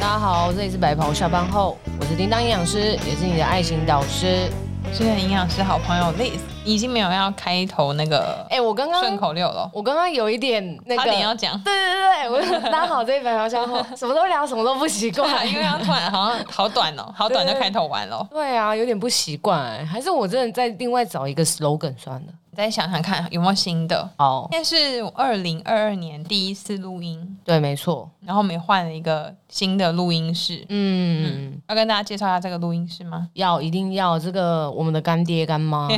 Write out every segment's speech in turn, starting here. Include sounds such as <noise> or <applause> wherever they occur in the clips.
大家好，这里是白袍下班后，我是叮当营养师，也是你的爱情导师。是营养师好朋友 Liz，你已经没有要开头那个哎、我刚顺刚口溜了，我刚刚有一点那差个，点要讲，对对对，我就大家好，这里白袍下班 <laughs> 后，什么都聊，什么都不习 <laughs> 对啊，惯因。为要突然好像好短 <laughs> 哦，好短就开头完了。对啊，有点不习惯、哎还是我真的再另外找一个 slogan 算了。哦再想想看有没有新的。好，今天是二零二二年第一次录音，对，没错，然后我们也换了一个新的录音室，嗯，要跟大家介绍一下这个录音室吗？ <laughs> 要一定要这个我们的干爹干妈，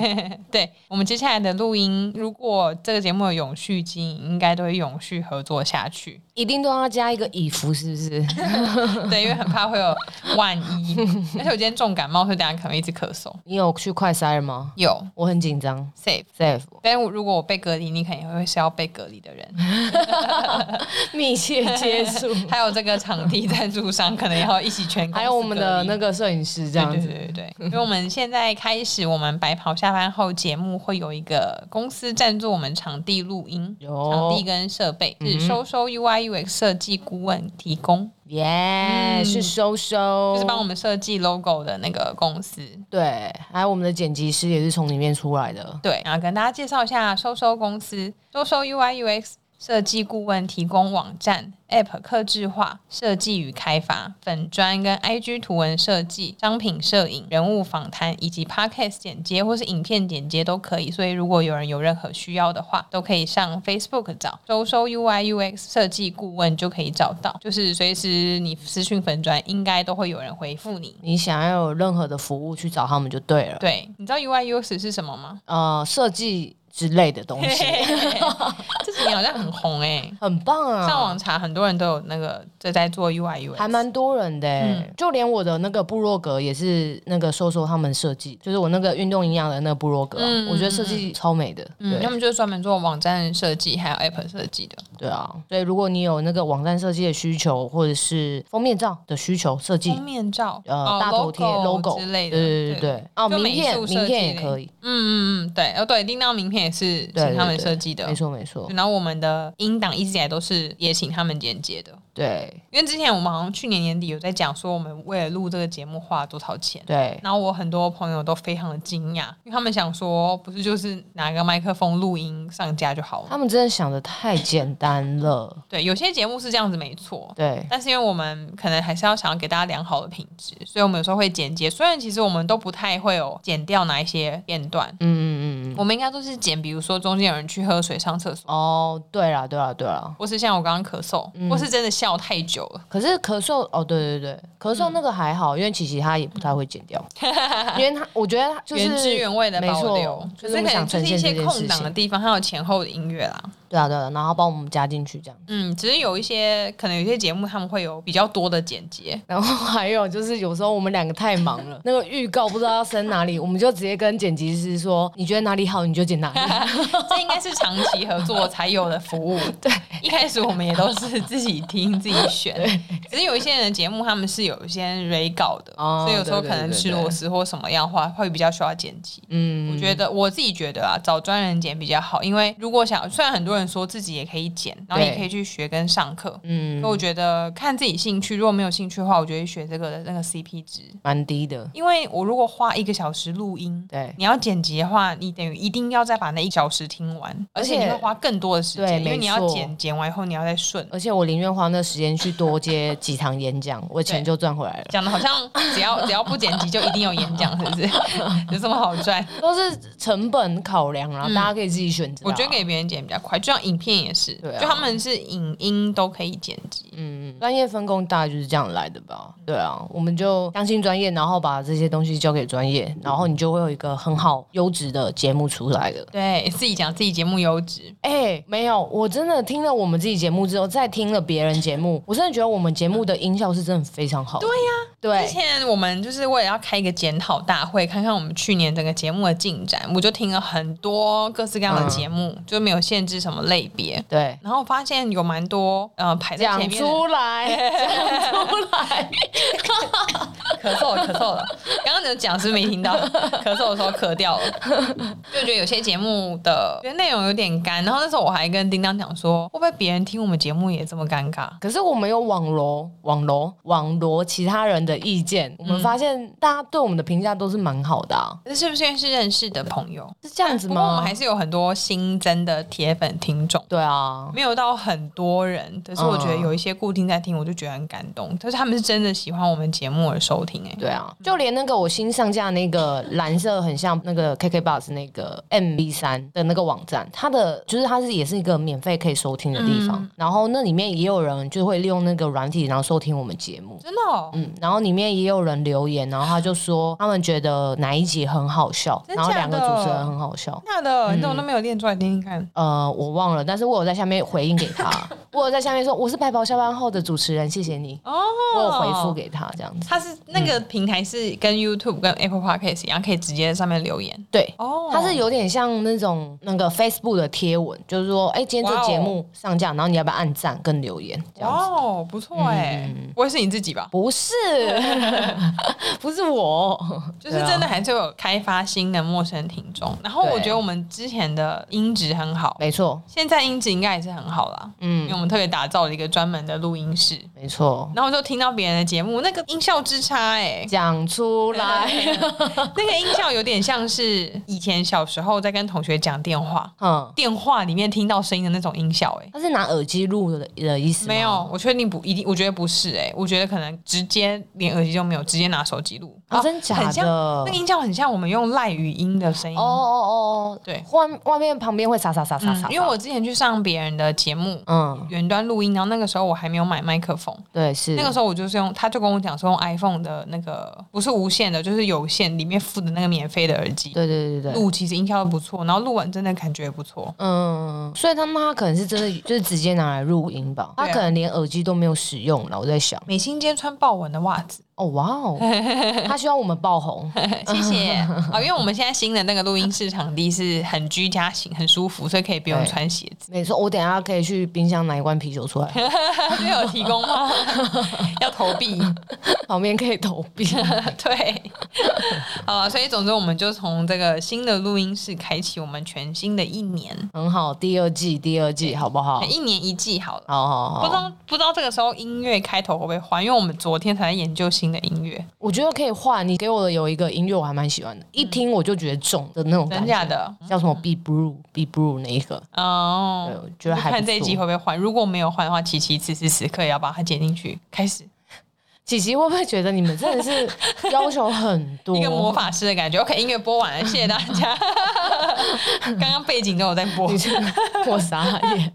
对我们接下来的录音，如果这个节目有永续经营，应该都会永续合作下去。一定都要加一个以服，是不是？对，因为很怕会有万 <laughs> 一，而且我今天重感冒，所以等一下可能一直咳嗽。你有去快筛了吗？有我很紧张 safe， ，safe，但我如果我被隔离，你肯定会是要被隔离的人。 <laughs> 密切 <laughs> 接触， <laughs> 还有这个场地赞助商可能要一起全公司还有我们的隔离那个摄影师这样对子。对对对，对因为我们现在开始，我们白袍下班后节目会有一个公司赞助我们场地录音，有嗯场地跟设备是收收 UI UX 设计顾问提供，耶、嗯是收收，就是帮我们设计 logo 的那个公司。对，还有我们的剪辑师也是从里面出来的。对，然后跟大家介绍一下收收公司，收收 UI UX 设计顾问提供网站、App 客制化设计与开发、粉砖跟 IG 图文设计、商品摄影、人物访谈以及 Podcast 剪接或是影片剪接都可以。所以如果有人有任何需要的话，都可以上 Facebook 找收收 UI UX 设计顾问就可以找到，就是随时你私讯粉砖，应该都会有人回复你。你想要有任何的服务去找他们就对了。对，你知道 UI UX 是什么吗？呃，设计之类的东西， <laughs> 这几年好像很红哎、很棒啊！上网查，很多人都有那个就在做 UI UX，还蛮多人的、欸嗯就连我的那个部落格也是那个搜搜他们设计，就是我那个运动营养的那个部落格啊、嗯我觉得设计超美的。嗯，对他们就是专门做网站设计还有 App 设计的。对啊，所以如果你有那个网站设计的需求，或者是封面照的需求设计封，面照、呃，哦大头贴、 logo 之类对的，对对对，哦，就名美片术名片设计也类可以，嗯嗯嗯，对，哦对，叮当名片也是对请他对们对设计的没。错没错，然后我们的音档一直以来都是也请他们剪接的，对因为之前我们好像去年年底有在讲说我们为了录这个节目花了多少钱，对然后我很多朋友都非常的惊讶，因为他们想说不是就是拿个麦克风录音上架就好了吗他们真的想的太简单了，对，有些节目是这样子没错，对但是因为我们可能还是要想要给大家良好的品质，所以我们有时候会剪接。虽然其实我们都不太会有剪掉哪一些片段，嗯嗯嗯嗯，我们应该都是剪，比如说中间有人去喝水、上厕所，哦，对啦对啦对啦。或是像我刚刚咳嗽，嗯或是真的笑太久了。可是咳嗽哦，对对对，咳嗯嗽那个还好，因为琪琪她也不太会剪掉， <laughs> 因为她我觉得她就是原汁原味的没保留错，，就可是我可们能想就呈是一现这些件空事档的情，地方，还有前后的音乐啦。对啊对啊，然后帮我们加进去这样。嗯，只是有一些可能有些节目他们会有比较多的剪接，然后还有就是，有时候我们两个太忙了，那个预告不知道要升哪里，我们就直接跟剪辑师说，你觉得哪里好你就剪哪 <laughs> 里。 <laughs> 这应该是长期合作才有的服 <laughs> 务。对，一开始我们也都是自己听自己选，只是有一些人的节目他们是有一些蕊稿的，哦所以有时候对对可能对吃对螺丝或什么样的话，会比较需要剪辑。嗯，我觉得我自己觉得啊，找专人剪比较好，因为如果想，虽然很多人说自己也可以剪，然后对也可以去学跟上课，嗯可我觉得看自己兴趣，如果没有兴趣的话，我觉得学这个的那个 CP 值，蛮低的，因为我如果花一个小时录音，对你要剪辑的话，你等于一定要再把那一小时听完，而而且且你会花更多的时对间，因为没你要错剪剪完以后你要再顺，而且我宁愿花那时间去多接几场演讲，我钱就赚回来了。讲的 <laughs> 好像只要只要不剪辑就一定有演讲，是不是？有这么好赚？都是成本考量啦，大家可以自己选择啊。我觉得给别人剪比较快，就像影片也是，对啊就他们是影音都可以剪辑。嗯专业分工大概就是这样来的吧。对啊，我们就相信专业，然后把这些东西交给专业，然后你就会有一个很好优质的节目出来的。对自己讲自己节目优质，哎、没有，我真的听了我们自己节目之后，再听了别人节目，我真的觉得我们节目的音效是真的非常好。对呀、对，之前我们就是为了要开一个检讨大会，看看我们去年整个节目的进展，我就听了很多各式各嗯样的节目，就没有限制什么类别。对，然后发现有蛮多呃排在讲前面的， <laughs> 出来，讲出来，咳嗽了，咳嗽了。刚刚你有讲是不是没听到？咳嗽的时候咳掉了，就觉得有些节目的觉得内容有点干。然后那时候我还跟叮当讲说，会不会别人听我们节目也这么尴尬？可是我们有网罗、网罗、网罗其他人的意见，我们发现大家对我们的评价都是蛮好的、啊，这是不是因为是认识的朋友？是这样子哎不过我吗？们还是有很多新增的铁粉听众。对啊，没有到很多人，可是我嗯觉得有一些固定在听，我就觉得很感动。但是他们是真的喜欢我们节目而收听、哎，对啊，就连那个我新上架那个蓝色很像那个 KKBox 那个 MB 三的那个网站，它的就是它是也是一个免费可以收听的地嗯方，然后那里面也有人就会利用那个软体，然后收听我们节目。真的哦，嗯，然后里面也有人留言，然后他就说他们觉得哪一集很好笑，真然后假两个的主持人很好笑。那的，嗯你怎么都没有练出来听听看？呃，我忘了，但是我有在下面回应给 <laughs> 他，我有在下面说我是白袍下班后的主持人，谢谢你，哦，我有回复。给他这样子。它是那个平台是跟 YouTube 跟 Apple Podcast 一样，可以直接在上面留言对，哦它是有点像那种那个 Facebook 的贴文，就是说，哎、今天这个节目上架，然后你要不要按赞跟留言这样子？哦，不错哎、嗯不会是你自己吧？不 <laughs> 是，不是我，就是对啊真的还是会有开发新的陌生听众。然后我觉得我们之前的音质很好，没错，现在音质应该也是很好啦，因嗯为，我们特别打造了一个专门的录音室。没错，然后我就听到别人的节目，那个音效之 <laughs> 差哎、讲出来， <laughs> 那个音效有点像是以前小时候在跟同学讲电话，嗯，电话里面听到声音的那种音效哎、他是拿耳机录的的意思吗没有，我确定不一定，我觉得不是哎、我觉得可能直接连耳机都没有，直接拿手机录哦啊真假的很像那个音效很像我们用赖语音的声音哦哦哦哦，对，外外面旁边会沙沙沙沙嗯沙，因为我之前去上别人的节目嗯，远端录音，然后那个时候我还没有买麦克风，对，是那个时候我就是用，他就跟我讲说用 iPhone 的那个不是无线的，就是有线里面附的那个免费的耳机对对对对对。录，其实音效都不错，然后录完真的感觉也不错。嗯，所以他妈可能是真 <laughs> 的，就是直接拿来录音吧。他对啊可能连耳机都没有使用了，我在想。美心今天穿豹纹的袜子，哦，哇 <laughs> 哦，他希望我们爆红，<laughs> 谢谢哦，因为我们现在新的那个录音室场地是很居家型，很舒服，所以可以不用对穿鞋子。没错，我等一下可以去冰箱拿一罐啤酒出 <laughs> 来，这有提供吗？ <laughs> 要投币， <laughs> 旁边可以投币。对，好啊，所以总之我们就从这个新的录音室开启我们全新的一年，很好，第二季，第二季好不好？一年一季好了。好好哎不知好，道不知道这个时候音乐开头会不会换，因为我们昨天才在研究新的音乐，我觉得可以换。你给我的有一个音乐我还蛮喜欢的，一听我就觉得中的那种真感觉，假的？叫什么 Be Blue Be Blue 那一个，对，嗯哦，我觉得还看不这一集错。会不会换，如果没有换的话，琪琪此时此刻也要把它剪进去，开始琪琪会不会觉得你们真的 <laughs> 是要求很多一？个魔法师的感觉。OK，音乐播完了，谢谢大 <laughs> 家。刚刚背景都有在播你，这个 <laughs> 我傻眼，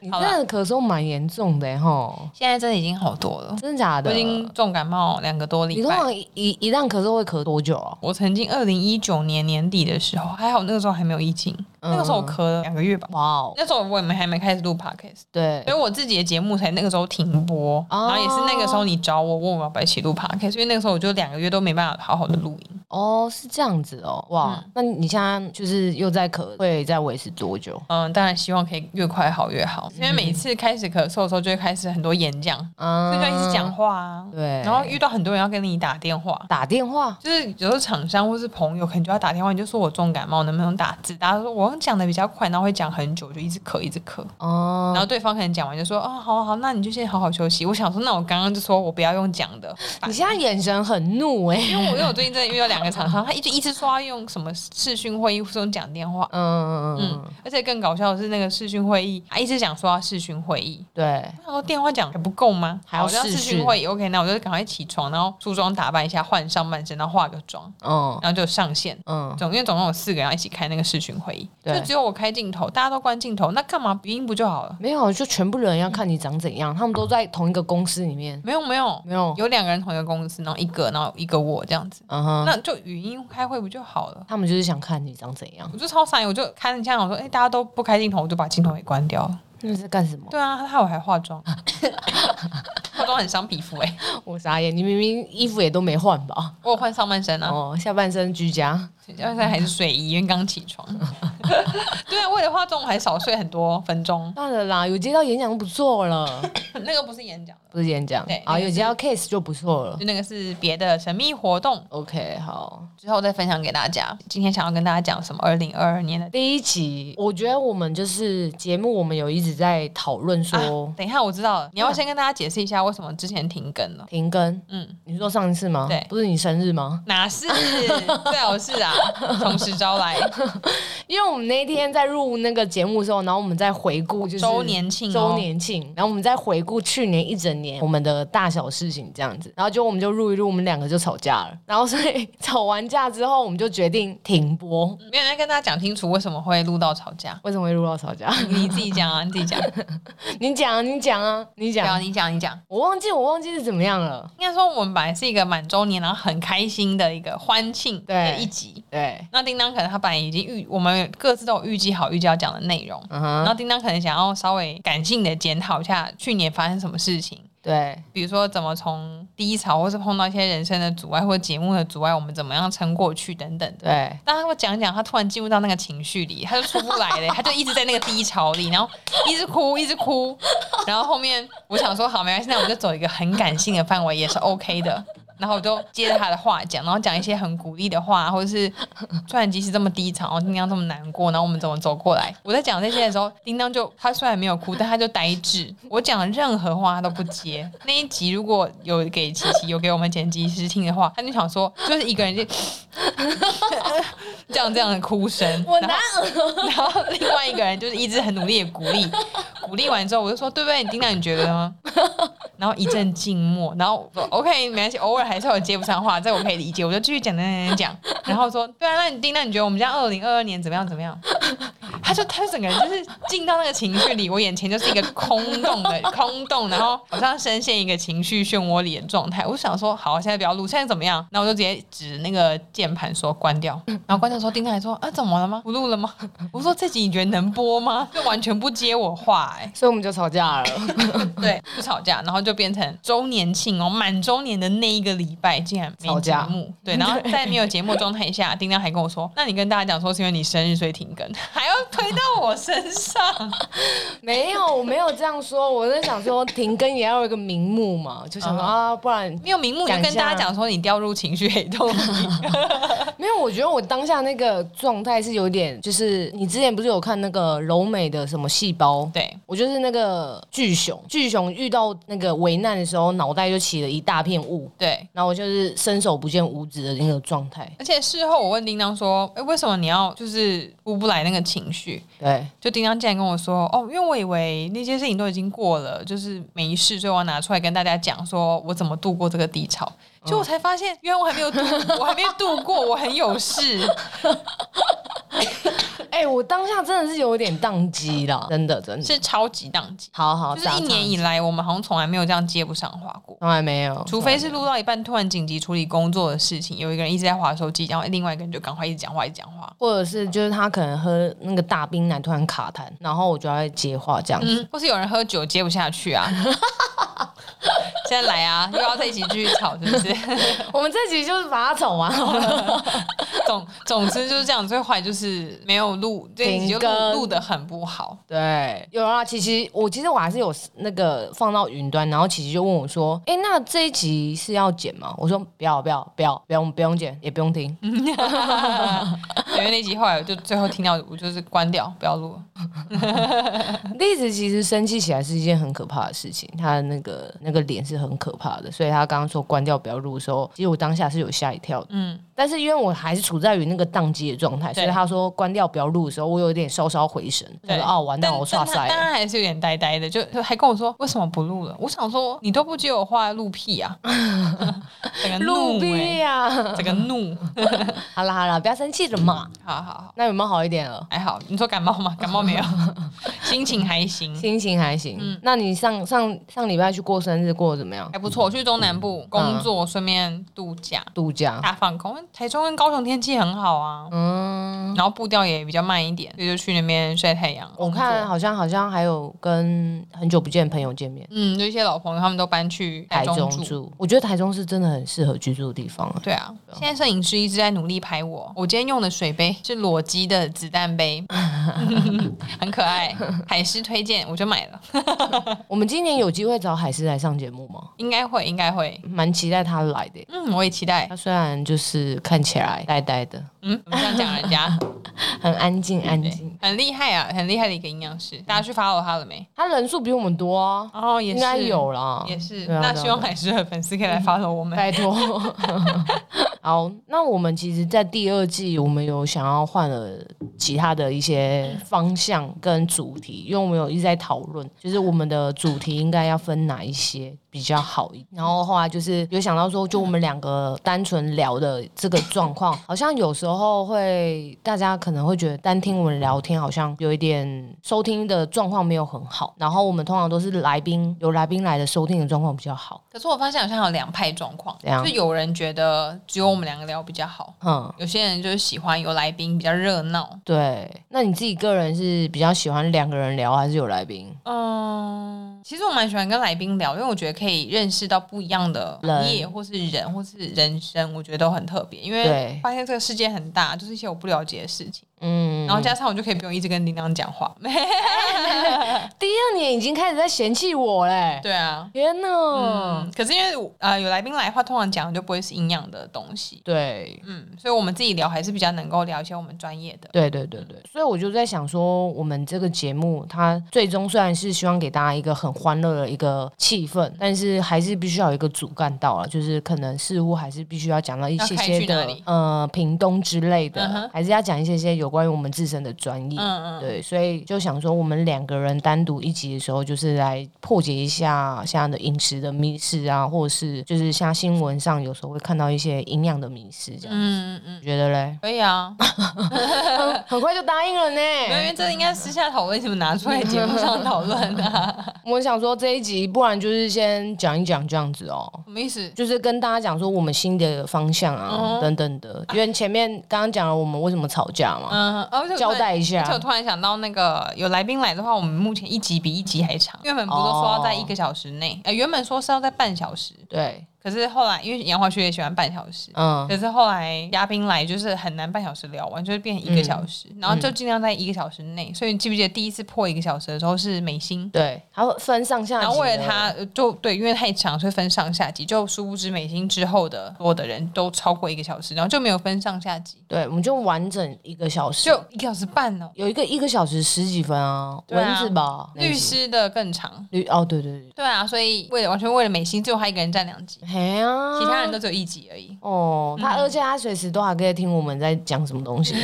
你好真啦的咳嗽蛮严重的欸吼，现在真的已经好多了，真的假我的？已经重感冒两个多你礼通拜。常一一一旦咳嗽会咳多久啊？我曾经二零一九年年底的时候，还好那个时候还没有疫情，嗯那个时候我咳了两个月吧。哇哦，那时候我们还没开始录 podcast，对所以我自己的节目才那个时候停播，哦然后也是那个时候你找我问我要不要一起录 podcast，因为那个时候我就两个月都没办法好好的录音，哦，是这样子哦，哇，嗯那你现在就是又在咳，会再维持多久？嗯，当然希望可以越快好越好，因为每次开始咳嗽的时候就会开始很多演讲，嗯所以就一直讲，话啊，对，然后遇到很多人要跟你打电话。打电话，就是有时候厂商或是朋友可能就要打电话，你就说我重感冒，能不能打字？大家说我讲的比较快，然后会讲很久，就一直咳一直咳。哦然，后对方可能讲完就说：“哦，好好，那你就先好好休息。”我想说，那我刚刚就说我不要用讲的，你现在眼神很怒哎，因为我因为我最近真的遇到两个厂商，他一直一直说要用什么视讯会议或是用讲电话，嗯嗯嗯，而且更搞笑的是那个视讯会议，他一直讲说要视讯会议。对，他说电话讲还不够吗？还要好我就视视讯讯会议，OK，那我就赶快起床，然后梳妆打扮一下，换上半身，然后化个妆，嗯然后就上线。嗯，总因为总共有四个人要一起开那个视讯会议，对就只有我开镜头，大家都关镜头，那干嘛鼻音不就好了？没有，就全部人要看你长怎样，他们都在同一个公司里面，没有没有，没有，有两个人同一个公司，然后一个，然后一个我这样子，嗯哼，那就语音开会不就好了？他们就是想看你长怎样，我就超傻眼，我就看人家我说，哎、大家都不开镜头，我就把镜头给关掉了。那是干什么？对啊，他害我还化妆，化妆很伤皮肤哎、我傻眼，你明明衣服也都没换吧？我有换上半身啊，哦，下半身居家，现在还是睡衣，因为刚起床。 <laughs> 对啊，为了化妆我还少睡很多分钟，当然啦，有接到演讲就不错 <laughs> 了，那个不是演讲的，不是演讲对啊，那个有接到 case 就不错了。就那个是别的神秘活动， OK，好，之后再分享给大家。今天想要跟大家讲什么？二零二二年的第一集我觉得我们就是节目，我们有一直在讨论说啊，等一下我知道了，你要先跟大家解释一下为什么之前停更了。停更。嗯，你说上一次吗？对不是你生日吗？哪 <laughs> 是最好是啊，从实招来因为我们那一天在录那个节目的时候，然后我们在回顾就是周年庆、哦，周年庆，然后我们再回顾去年一整年我们的大小事情这样子，然后就我们就录一录，我们两个就吵架了，然后所以吵完架之后，我们就决定停播。没有人跟大家讲清楚为什么会录到吵 <laughs> 架。为什么会录到吵架？ <laughs> 你自己讲啊，你自己 <laughs> 讲，你讲啊，你讲啊，你不讲要啊，你讲，你讲。我忘记我忘记是怎么样了。应该说，我们本来是一个满周年，然后很开心的一个欢庆的对一集。对，那叮当可能他本来已经预，我们各自都有预计好预计要讲的内容。嗯然后哼，叮当可能想要稍微感性的检讨一下去年发生什么事情，对比如说怎么从低潮，或是碰到一些人生的阻碍，或节目的阻碍，我们怎么样撑过去等等的。对，但他跟我讲一讲，他突然进入到那个情绪里，他就出不来了，他就一直在那个低潮里，然后一直哭，一直哭。然后后面我想说，好，没关系，那我们就走一个很感性的范围，也是 OK 的。然后我就接着他的话讲，然后讲一些很鼓励的话，或者是 <laughs> 突然即使这么低潮，叮当这么难过，然后我们怎么走过来？我在讲这些的时候，叮当就他虽然没有哭，但他就呆滞。我讲的任何话他都不接。那一集如果有给琪琪有给我们剪辑师听的话，他就想说，就是一个人就 <laughs> 这样这样的哭声，我然哪后 <laughs> 然后另外一个人就是一直很努力的鼓励， <laughs> 鼓励完之后我就说，对不对？叮当你觉得呢？ <laughs> 然后一阵静默，然后我说 OK，没关系，偶尔还是有接不上话，这我可以理解，我就继续讲讲讲讲讲，然后说对啊，那你叮当你觉得我们家二零二二年怎么样怎么样？他就他就整个人就是进到那个情绪里，我眼前就是一个空洞的空洞，然后好像深陷一个情绪漩涡里的状态。我就想说，好，现在不要录，现在怎么样？那我就直接指那个键盘说关掉，然后关掉说，叮当还说啊，怎么了吗？不录了吗？ <laughs> 我说这集你觉得能播吗？就完全不接我话、哎。所以我们就吵架了。 <laughs> 对，不吵架，然后就变成周年庆哦，满周年的那一个礼拜竟然没吵节架目，对，然后在没有节目状态下，叮当还跟我说，那你跟大家讲说是因为你生日所以停更， <laughs> 还要推到我身上，没有，我没有这样说，我在想说停更也要有一个名目嘛，就想说嗯啊，不然没有名目你就讲跟一下大家讲说你掉入情绪黑 <laughs> 洞里，没有，我觉得我当下那个状态是有点，就是你之前不是有看那个柔美的什么细胞？对，我就是那个巨熊，巨熊遇到那个危难的时候，脑袋就起了一大片雾，对。然后我就是伸手不见五指的那个状态。而且事后我问叮当说：“哎、为什么你要就是顾不来那个情绪？”对，就叮当竟然跟我说：“哦，因为我以为那些事情都已经过了，就是没事，所以我要拿出来跟大家讲，说我怎么度过这个低潮。”嗯结果我才发现，原来我还没有度，我还没度过，我很有事。哎、我当下真的是有点宕机啦，真的真的。是超级宕机。好好，就是一年以来来，我们好像从来没有这样接不上话过，从来没有，除非是录到一半突然紧急处理工作的事情，有一个人一直在划手机，然后另外一个人就赶快一直讲话，一直讲话。或者是就是他可能喝那个大冰奶突然卡痰，然后我就要接话这样子。嗯，或是有人喝酒接不下去啊。 <laughs> 现在来啊，又要在一起继续吵，是不是？ <laughs> 我们这集就是把它走完好了。 <laughs> 总总之就是这样，最坏就是没有录，这一集就停更录录的很不好。 <laughs> 对，有啦。琪琪，我其实我还是有那个放到云端，然后琪琪就问我说：“哎、那这一集是要剪吗？”我说：“不要，不要，不要，不用，不用剪，也不用听。因为那集后来我就最后听到，我就是关掉，不要录了。栗子其实生气起来是一件很可怕的事情，她的那个那个脸是很可怕的，所以她刚刚说关掉不要录的时候，其实我当下是有吓一跳的。嗯，但是因为我还是处在于那个宕机的状态，所以对她说关掉不要录的时候，我有点稍稍回神，我对说：“哦，完蛋，我刷但塞他但了。他还是有点呆呆的，就就还跟我说为什么不录了？我想说你都不接我话，录屁啊！ <laughs> 整个”录怒、逼欸，呀！整个怒。好啦好啦，不要生气了嘛。好好好，那有没有好一点了？还好。你说感冒吗？感冒没有，心情还 <laughs> 行。心情还行。嗯那你上上上礼拜去过生日过得怎么样？嗯还不错，我去中南部工作，顺便度假，度假。大放空。台中跟高雄天天气很好啊，嗯，然后步调也比较慢一点，所以就去那边晒太阳。我工作看好像好像还有跟很久不见的朋友见面，嗯，就一些老朋友他们都搬去台中中住，我觉得台中是真的很适合居住的地方、欸。对啊，现在摄影师一直在努力拍我。我今天用的水杯是裸机的子弹杯， <laughs> 很可爱。海狮推荐，我就买了。我们今年有机会找海狮来上节目吗？应该会，应该会。蛮期待他来的欸、嗯，我也期待。他虽然就是看起来呆呆的，嗯，怎么这样讲人家？很安静 <laughs> 安对静，很厉害啊，很厉害的一个营养师。大家去 follow 他了没？他人数比我们多啊，哦，也应该有啦，也是。对啊那对啊嗯希望海狮的粉丝可以来 follow 我 <laughs> 们。拜托。好，那我们其实，在第二季，我们有想要换了其他的一些方向跟主题，因为我们有一直在讨论，就是我们的主题应该要分哪一些比较好一。然后后来就是有想到说，就我们两个单纯聊的这个状况，好像有时候会大家可能会觉得单听我们聊天好像有一点收听的状况没有很好，然后我们通常都是来宾有来宾来的收听的状况比较好，可是我发现好像有两派状况怎，样就有人觉得只有我们两个聊比较好，嗯。有些人就是喜欢有来宾比较热闹。对，那你自己个人是比较喜欢两个人聊，还是有来宾？嗯，其实我蛮喜欢跟来宾聊，因为我觉得可以认识到不一样的人行业，或是人，或是人生，我觉得都很特别。因为对发现这个世界很大，就是一些我不了解的事情，嗯，然后加上我就可以不用一直跟叮当讲话。第二年已经开始在嫌弃我嘞，对啊，天哪！嗯，可是因为我呃有来宾来的话，通常讲的就不会是营养的东西，对，嗯，所以我们自己聊还是比较能够聊一些我们专业的。对对对对，嗯所以我就在想说，我们这个节目它最终虽然是希望给大家一个很欢乐的一个气氛，但是还是必须要有一个主干道了，就是可能似乎还是必须要讲到一些要开些去哪的里呃屏东之类的嗯哼还是要讲一些些有关于我们自身的专业。嗯嗯，对，所以就想说，我们两个人单独一集的时候，就是来破解一下现在的饮食的迷失啊，或者是就是像新闻上有时候会看到一些营养的迷失，这样、嗯嗯嗯，你觉得嘞？ <laughs> 可以啊。很快就答应了没有，因呢。为这应该私下讨论，怎么拿出来节目上讨论啊？ <laughs> 我想说这一集，不然就是先讲一讲这样子哦。什么意思？就是跟大家讲说我们新的方向啊，嗯等等的，因为前面刚刚讲了我们为什么吵架嘛，嗯，而且我突交然代一下而且我突然想到，那个有来宾来的话，我们目前一集比一集还长。原本不是说要在一个小时哦内，呃，原本说是要在半小时，对，可是后来因为杨华学也喜欢半小时，嗯，可是后来嘉宾来就是很难半小时聊完，就是变成一个小时，嗯然后就尽量在一个小时内。所以你记不记得第一次破一个小时的时候是美心？对，还会分上下集然的，后为了他，呃就对，因为太长，所以分上下集。就殊不知，美心之后的所有的人都超过一个小时，然后就没有分上下集，对，我们就完整一个小时，就一个小时半哦。有一个一个小时十几分啊，对啊蚊子吧，那一律集师的更长，律哦，对对对，对啊，所以为了完全为了美心，只有他一个人占两集，嘿啊，其他嗯人都只有一集 <laughs> 而已。哦，他而且他随时都还可以听我们在讲什么东西。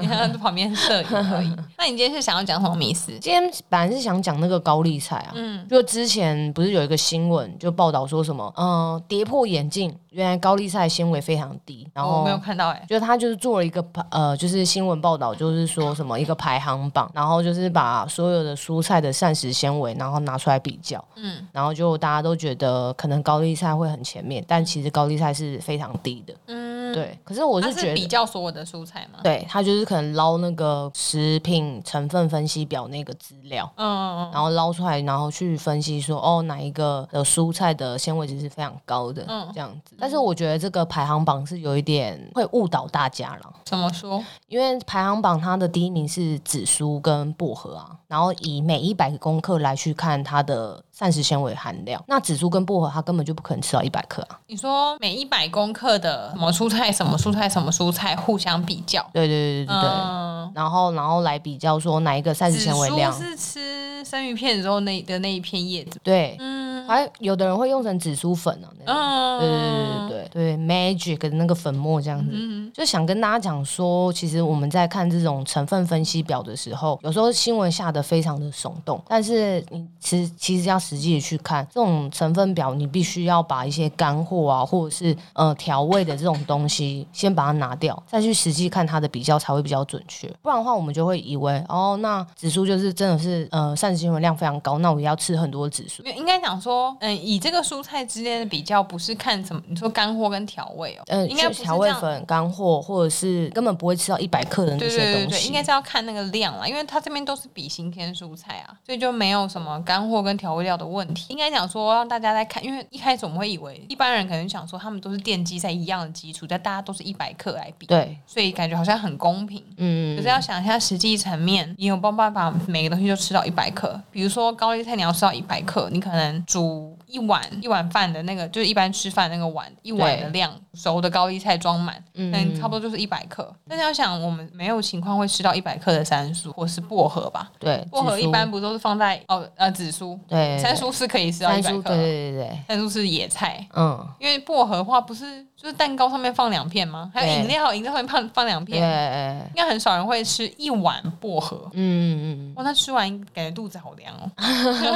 你看他在旁边摄影而 <laughs> 已。那你今天是想要讲什么迷思？今天本来是想讲那个高丽菜啊，嗯就之前不是有一个新闻就报道说什么，嗯、跌破眼镜，原来高丽菜纤维非常低，然我后没有看到哎、就是他就是做了一个排呃，就是新闻报道，就是说什么一个排行榜，然后就是把所有的蔬菜的膳食纤维，然后拿出来比较，嗯嗯，然后就大家都觉得可能高丽菜会很前面，但其实高丽菜是非常低的，嗯，，对。可是我他是是觉比得。较所有的蔬菜吗？对他就是可能捞那个食品成分分析表那个资料，嗯嗯然后捞出来，然后去分析说，哦，哪一个的蔬菜的纤维值是非常高的，嗯这样子。但是我觉得这个排行榜是有一点会误导大家了。嗯，怎么说？因为排行榜它的第一名是紫苏跟薄荷啊，然后以每一百公克来去看它的膳食纤维含量，那紫苏跟薄荷它根本就不可能吃到一百克啊。你说每一百公克的什么蔬菜、什么蔬菜、什么蔬菜互相比较，对对对对对。嗯，然后，然后来比较说哪一个膳紫食纤维量苏，是吃生鱼片的时候那的那一片叶子，对，嗯还有的人会用成紫苏粉啊，那种对嗯，对对对对，magic 的那个粉末这样子，嗯就想跟大家讲说，其实我们在看这种成分分析表的时候，有时候新闻下的非常的耸动，但是你其实其实要实际的去看这种成分表，你必须要把一些干货啊，或者是呃调味的这种东西，先把它拿掉，再去实际看它的比较才会比较准确。不然的话，我们就会以为哦，那紫苏就是真的是呃膳食纤维量非常高，那我也要吃很多紫苏。没有应该讲说，说，嗯，以这个蔬菜之间的比较，不是看什么？你说干货跟调味哦，嗯，应该就不是调这味样粉、干货，或者是根本不会吃到一百克的那对些对对东对，西，应该是要看那个量啦，因为它这边都是比新鲜蔬菜啊，所以就没有什么干货跟调味料的问题。应该讲说让大家在看，因为一开始我们会以为一般人可能想说他们都是奠基在一样的基础，但大家都是一百克来比，对，所以感觉好像很公平。嗯，可是要想一下实际层面，你有没有办法每个东西都吃到一百克？比如说高丽菜，你要吃到一百克，你可能煮一碗一碗饭的那个，就是一般吃饭那个碗一碗的量，熟的高丽菜装满，嗯嗯，差不多就是一百克。但是要想，我们没有情况会吃到一百克的山苏或是薄荷吧？对，薄荷紫一苏般不都是放在哦呃紫苏，对山苏是可以吃到一三百叔，克对的，对对对，山苏是野菜，嗯，因为薄荷的话不是就是蛋糕上面放两片吗？还有对饮料，饮料上面放放两对，片。嗯应该很少人会吃一碗薄荷。嗯嗯哇，那吃完感觉肚子好凉哦。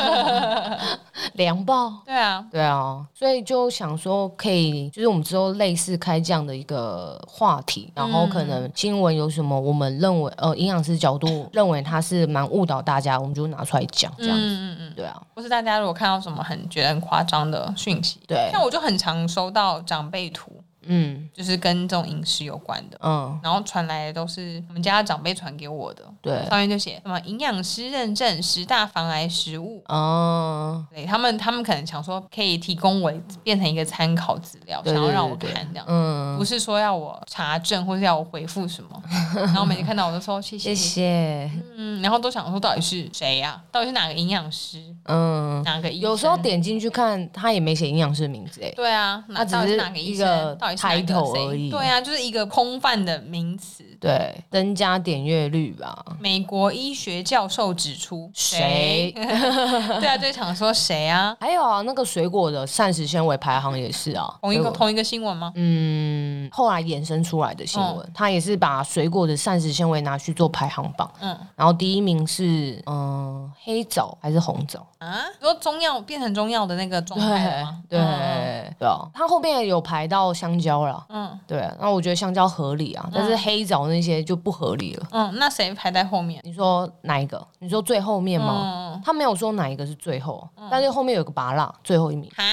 嗯，凉爆。对啊，对啊，所以就想说可以，就是我们之后类似开这样的一个话题，然后嗯可能新闻有什么我们认为呃营养师角度认为它是蛮误导大家，我们就拿出来讲这嗯样子。嗯嗯，对啊，或是大家如果看到什么很觉得很夸张的讯息，对像我就很常收到长辈图，嗯就是跟这种饮食有关的。嗯，然后传来的都是我们家的长辈传给我的，对，啊上面就写什么营养师认证十大防癌食物，嗯对他们他们可能想说可以提供我变成一个参考资料，对想要让我对对看这样，嗯，不是说要我查证或是要我回复什么。然后每次看到我都说谢谢谢谢，嗯，然后都想说到底是谁呀、到底是哪个营养师，嗯，哪个医生？有时候点进去看，他也没写营养师名字哎，对啊，它那只到底是是哪个医一生个？到底是哪个 title 谁而已对啊，就是一个空泛的名词。对，增加点阅率吧，美国医学教授指出，谁？ <laughs> 对啊，就想说谁啊？还有啊，那个水果的膳食纤维排行也是啊，同一个水果同一个新闻吗？嗯，后来衍生出来的新嗯闻，它也是把水果的膳食纤维拿去做排行榜，嗯然后第一名是嗯、黑枣还是红枣？啊，你说中药变成中药的那个状对态了吗？对、嗯对啊，它后面有排到香蕉啦。嗯对啊，那我觉得香蕉合理啊，但是黑枣那些就不合理了。嗯，那谁排在后面？你说哪一个？你说最后面吗？嗯，他没有说哪一个是最后，但是后面有个拔蜡最后一名。啊，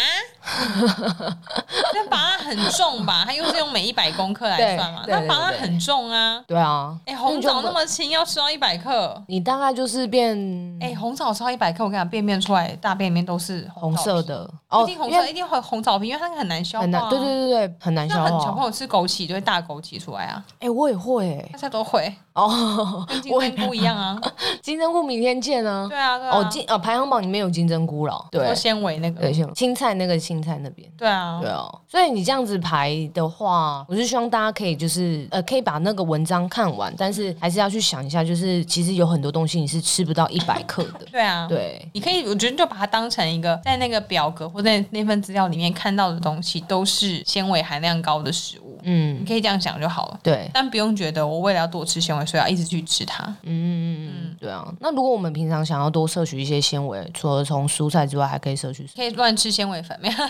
那拔蜡很 <laughs> 重吧？它又是用每一百公克来对算嘛，对那对拔蜡对很重啊。对啊，哎、红你就枣那么轻，要吃到一百克。你大概就是变哎、红枣吃到一百克，我跟你讲，便便出来，大便里面都是红枣色皮，的哦一定红因色，为一定会红枣皮，因为它那个很难消化、啊很难，对。对对对，很难消那很小朋化。友吃枸杞就会大枸杞出来啊，哎、我也会、欸、大家都会，哦， <laughs> 跟金我也针菇一样啊。金针菇明天见啊。对啊，对啊。哦，金哦排行榜里面有金针菇了，对多纤维那对个，，像青菜那个青菜那边。对啊。对，哦，所以你这样子排的话，我是希望大家可以就是呃，可以把那个文章看完，但是还是要去想一下，就是其实有很多东西你是吃不到一百克 <laughs> 的对啊。对，你可以，我觉得就把它当成一个在那个表格或在那份资料里面看到的东西，都是纤维含量高的食物，你嗯，可以这样想就好了。对，但不用觉得我为了要多吃纤维，所以要一直去吃它。嗯，对啊。那如果我们平常想要多摄取一些纤维，除了从蔬菜之外，还可以摄取什可以乱吃纤维粉， <laughs> 没有？ <laughs> 么？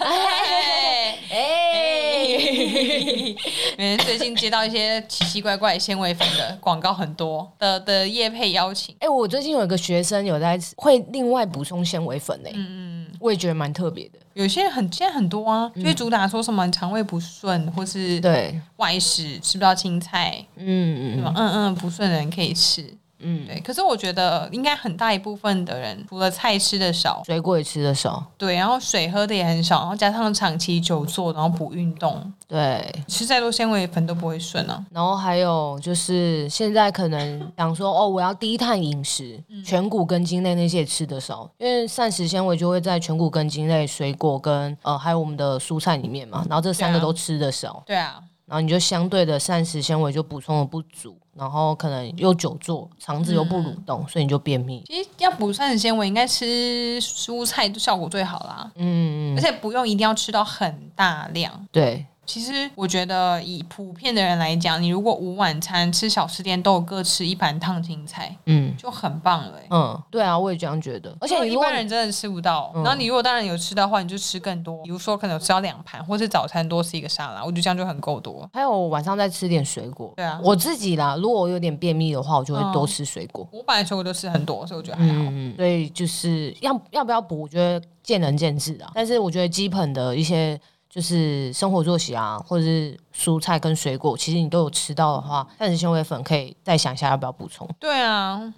哎，因为嗯最近接到一些奇奇怪怪纤维粉的广告很多的的业配邀请， <laughs> 哎，我最近有一个学生有在吃会另外补充纤维粉呢，嗯嗯，我也觉得蛮特别的。有些很现在很多啊，就会主打说什么肠胃不顺，或是嗯对，外食吃不到青菜，嗯什么嗯嗯嗯不顺的人可以吃。嗯，对，可是我觉得应该很大一部分的人，除了菜吃的少，水果也吃的少，对，然后水喝的也很少，然后加上长期久坐，然后不运动，对。吃再多纤维粉都不会顺啊。然后还有就是现在可能想说哦，我要低碳饮食，嗯全谷根茎类那些也吃的少，因为膳食纤维就会在全谷根茎类、水果跟呃还有我们的蔬菜里面嘛，然后这三个对啊都吃的少，对啊，然后你就相对的膳食纤维就补充的不足，然后可能又久坐，肠子又不嗯蠕动，所以你就便秘。其实要补膳食纤维，应该吃蔬菜效果最好啦。嗯，而且不用一定要吃到很大量，对，其实我觉得以普遍的人来讲，你如果午晚餐吃小吃店都有各吃一盘烫青菜，嗯就很棒了欸、嗯，对啊，我也这样觉得。而且因为如一果嗯般人真的吃不到，然后你如果当然有吃到的话，你就吃更多。比如说可能有吃到两盘，或是早餐多吃一个沙拉，我觉得这样就很够多。还有晚上再吃点水果。对啊嗯我自己啦，如果我有点便秘的话，我就会多吃水果。我本来水果都吃很多，所以我觉得还好。嗯嗯，所以就是要要不要补，我觉得见仁见智啊。但是我觉得基本的一些就是生活作息啊，或者是蔬菜跟水果，其实你都有吃到的话，膳食纤维粉可以再想一下要不要补充。对啊，嗯嗯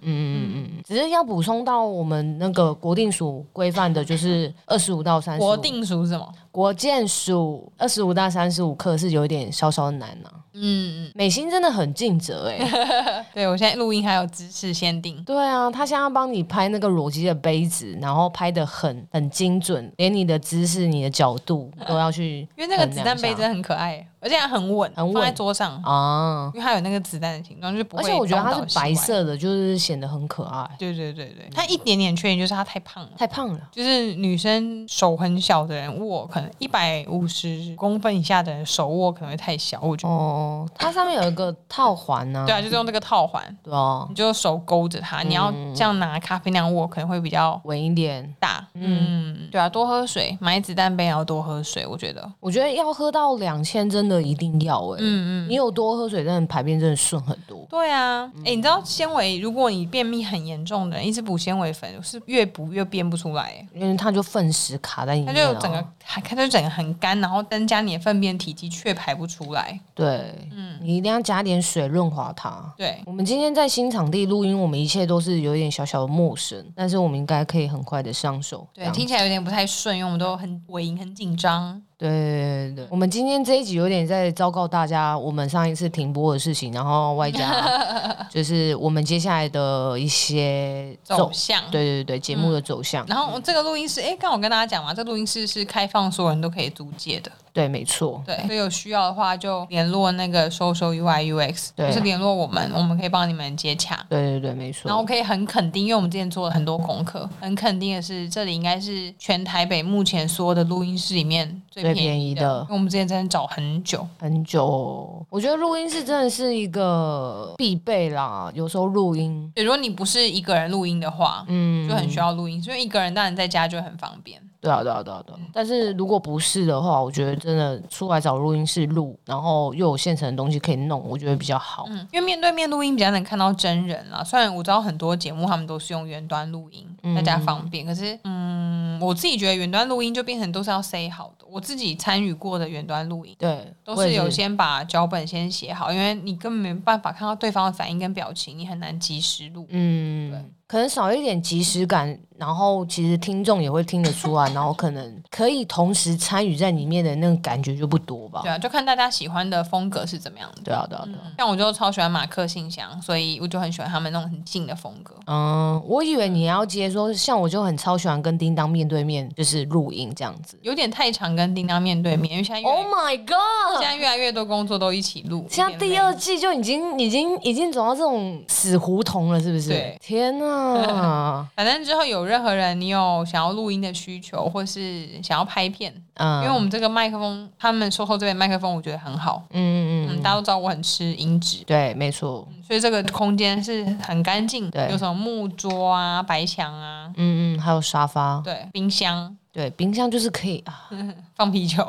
嗯嗯，只是要补充到我们那个国定署规范的，就是二十五到三十五。国定数是什么？国健署二十五到三十五克是有一点稍稍难呐、嗯，美心真的很尽责哎、嗯对我现在录音还有知识限定，对啊，他现在帮你拍那个裸肌的杯子，然后拍的很很精准，连你的姿势、你的角度 <laughs> 都要去因为那个衡量一子下弹杯真的很可爱，而且它很稳，很稳放在桌上，啊，因为它有那个子弹的形状，就是不而会。且我觉得它是白。色的，就是显得很可爱。对对对对，它一点点缺点就是它太胖了。太胖了，就是女生手很小的人握，可能一百五十公分以下的人手握可能会太小，我觉得。哦，它上面有一个套环呢、 <laughs> 对啊，就是用这个套环，对啊，你就手勾着它，你要这样拿咖啡那样握，可能会比较稳一点。大。嗯，对啊，多喝水，买子弹杯也要多喝水，我觉得。我觉得要喝到两千真的一定要哎、嗯嗯，你有多喝水，真的排便真的顺很多。对啊，哎、你知道纤维，如果你便秘很严重的人，一直补纤维粉，是越补越便不出来、欸。因为它就粪石卡在里它面、就啊，整个，它就整个很干，然后增加你的粪便体积却排不出来。对，嗯你一定要加点水润滑它。对，我们今天在新场地录音，我们一切都是有一点小小的陌生，但是我们应该可以很快的上手。这对，样嗯听起来有点不太顺，因为我们都很尾音很紧张。对对对对对我们今天这一集有点在昭告大家我们上一次停播的事情，然后外加 <laughs> 就是我们接下来的一些走向。嗯对对对对，节目的走向。然后这个录音室，哎，刚好我跟大家讲嘛，这录音室是开放，所有人都可以租借的。对，没错。对，所以有需要的话就联络那个 social UI UX，对就是联络我们，我们可以帮你们接洽。对对对，没然后我错。可以很肯定，因为我们之前做了很多功课，很肯定的是，这里应该是全台北目前所有的录音室里面最最便便宜宜的。的因为我们之前真的找很久，很久哦，我觉得录音室真的是一个必备啦。有时候录音，对，如果你不是一个人录音的话，嗯，就很需要录音，所以一个人当然在家就很方便。对啊，对啊，对啊，对啊。但是如果不是的话，我觉得真的出来找录音室录，然后又有现成的东西可以弄，我觉得比较好。嗯，因为面对面录音比较能看到真人啦。虽然我知道很多节目他们都是用远端录音，嗯大家方便，可是嗯，我自己觉得远端录音就变成都是要 say 好的。我自己参与过的远端录音。对，都我也是有先把脚本先写好，因为你根本没办法看到对方的反应跟表情，你很难及时录。对嗯，可能少一点即时感，然后其实听众也会听得出来，然后可能可以同时参与在里面的那个感觉就不多吧对。啊，就看大家喜欢的风格是怎么样的。对啊，对啊，对啊。像我就超喜欢马克信箱，所以我就很喜欢他们那种很近的风格。嗯，我以为你要接说，像我就很超喜欢跟叮当面对面，就是录音这样子。有点太常跟叮当面对面，因为现在越来 Oh 越、 my god！现在越来越多工作都一起录。现在有点第累二季就已经已经已经走到这种死胡同了，是不是？对天 <laughs> 呐，反正之后有任何人你有想要录音的需求，或是想要拍片，嗯，因为我们这个麦克风，他们收收这边麦克风，我觉得很好。嗯嗯嗯，嗯，大家都知道我很吃音质，对，没错，所以这个空间是很干净，对有什么木桌啊、白墙啊，嗯嗯，还有沙发，对，冰箱对，冰箱就是可以啊，嗯放 <laughs> 啤酒，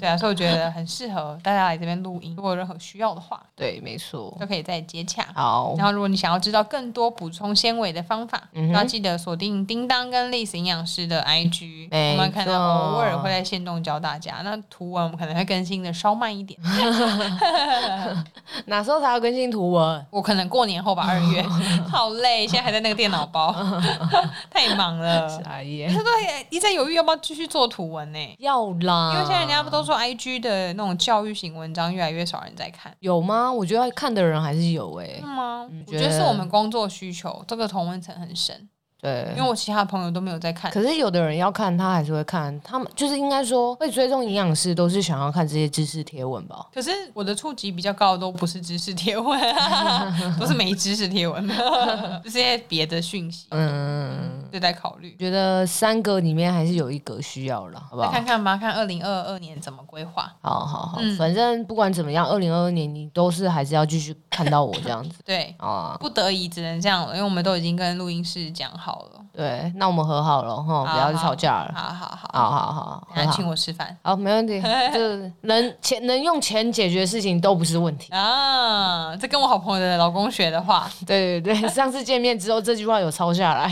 对啊，所以我觉得很适合大家来这边录音。如果有任何需要的话，对，没错，都可以再接洽。好，然后，如果你想要知道更多补充纤维的方法，嗯哼都要记得锁定叮当跟丽丝营养师的 IG，没我们可能错偶尔会在线动教大家。那图文我们可能会更新的稍慢一点，哪时候才要更新图文？我可能过年后吧，二 <laughs> 月，好累，现在还在那个电脑包，太忙了。傻耶，他都还一直在犹豫要不要继续做图文呢、 <laughs> 要啦，因为现在人家不啊都说 I G 的那种教育型文章越来越少人在看，有吗？我觉得看的人还是有诶、是吗？嗯我觉得觉是得我们工作需求，这个同温层很深。对因为。我其他的朋友都没有在看。可是有的人要看，他还是会看。他们就是应该说会追踪营养师，都是想要看这些知识贴文吧？可是我的触及比较高的都不是知识贴文，啊 <laughs> 都是没知识贴文，这些别的 <laughs> 讯息嗯，都在考虑。觉得三个里面还是有一个需要了，好不再好？看看吧，看二零二二年怎么规划。好好好，嗯反正不管怎么样，二零二二年你都是还是要继续看到我这样子 <laughs> 对，啊。不得已只能这样了，因为我们都已经跟录音室讲好了。对，那我们和好了哈，好不要再吵架了。好好好，嗯好好好，等和下好请。我吃饭好，没 <laughs> 问题，就是能钱能用钱解决事情都不是问题。 <laughs> 啊！这跟我好朋友的老公学的话，对对对， <laughs> 上次见面之后这句话有抄下 <laughs> 来，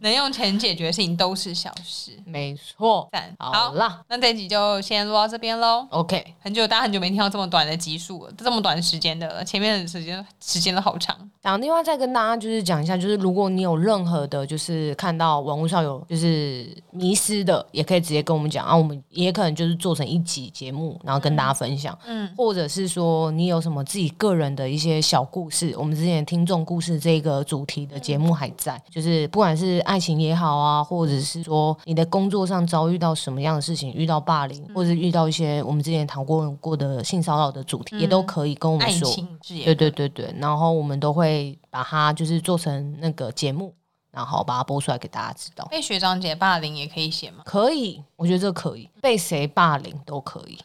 能用钱解决的事情都是小事。没错。赞，好好，啦那这集就先录到这边喽。 ，OK，很久，大家很久没听到这么短的集数了，这么短时间的了，前面的时间时间都好长。想另外再跟大家就是讲一下，就是如果你有任何的，就是看到网络上有就是迷失的，也可以直接跟我们讲啊，我们也可能就是做成一集节目，然后跟大家分享。嗯，或者是说你有什么自己个人的一些小故事，我们之前听众故事这个主题的节目还嗯在，就是不管是爱情也好啊，或者是说你的工作上遭遇到什么样的事情，遇到霸嗯凌，或者遇到一些我们之前谈过过的性骚扰的主题，嗯也都可以跟我们爱说。情事对业，对对对，然后我们都会把它就是做成那个节目，然后把它播出来给大家知道。被学长姐霸凌也可以写吗？可以，我觉得这可以，被谁霸凌都可 <laughs> 以，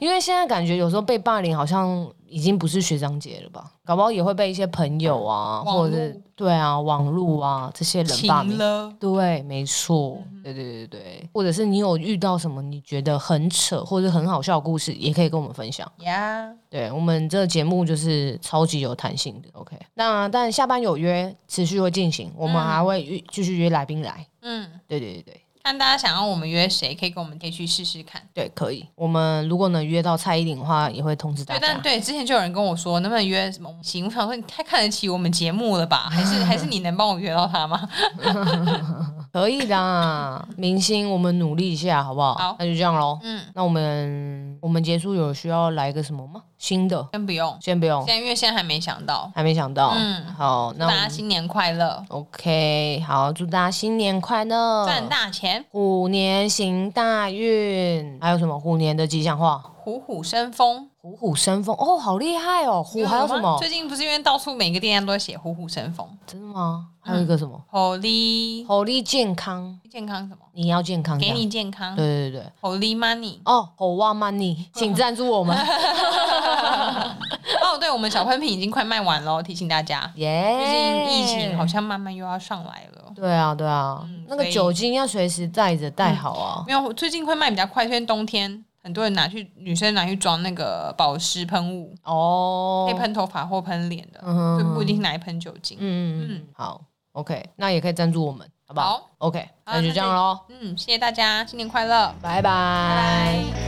因为现在感觉有时候被霸凌好像已经不是学长姐了吧，搞不好也会被一些朋友啊，网或者是路对啊，网络啊这些人霸情嗯凌。了，对，没错，对对对对，或者是你有遇到什么你觉得很扯或者很好笑的故事，也可以跟我们分享。呀、对我们这个节目就是超级有弹性的，OK。那但下班有约持续会进行，我们还会约继续约来宾来。嗯，对对对对。看大家想要我们约谁，可以跟我们可以去试试看。对，可以。我们如果能约到蔡依林的话，也会通知大对，家但。对，之前就有人跟我说，能不能约什么行？我想说，你太看得起我们节目了吧？还是还是你能帮我约到他吗？可以的，明星，我们努力一下，好不好？好那就这样喽。嗯，那我们我们结束有需要来个什么吗？新的？先不用，先不用现，在因为现在还没想到。还没想到。嗯好，哦那大我家们新年快乐， OK，好，祝大家新年快乐，赚大钱，虎年行大运。还有什么虎年的吉祥话？虎虎生风。虎虎生风哦，好厉害哦！虎还有什吗么？最近不是因为到处每个店家都在写“虎虎生风真的吗？嗯还有一个什么？ ”，Holy 虎力健康，健康什么？你要健康这给样，你健康对对对对。 ，Holy money。哦，好哇 <laughs> money，请赞助我们，哦，对，我们小喷瓶已经快卖完了，提醒大家，耶！最近疫情好像慢慢又要上来了。对啊，对啊，嗯那个所以酒精要随时带着带好啊。没有，最近会卖比较快，因为冬天很多人拿去女生拿去装那个保湿喷雾，哦嗯可以，喷头发或喷脸的，嗯就不一定拿来喷酒精。嗯嗯嗯，好，OK，那也可以赞助我们，好不好好， ？OK，好那就那这样就喽，嗯，谢谢大家，新年快乐，拜拜拜。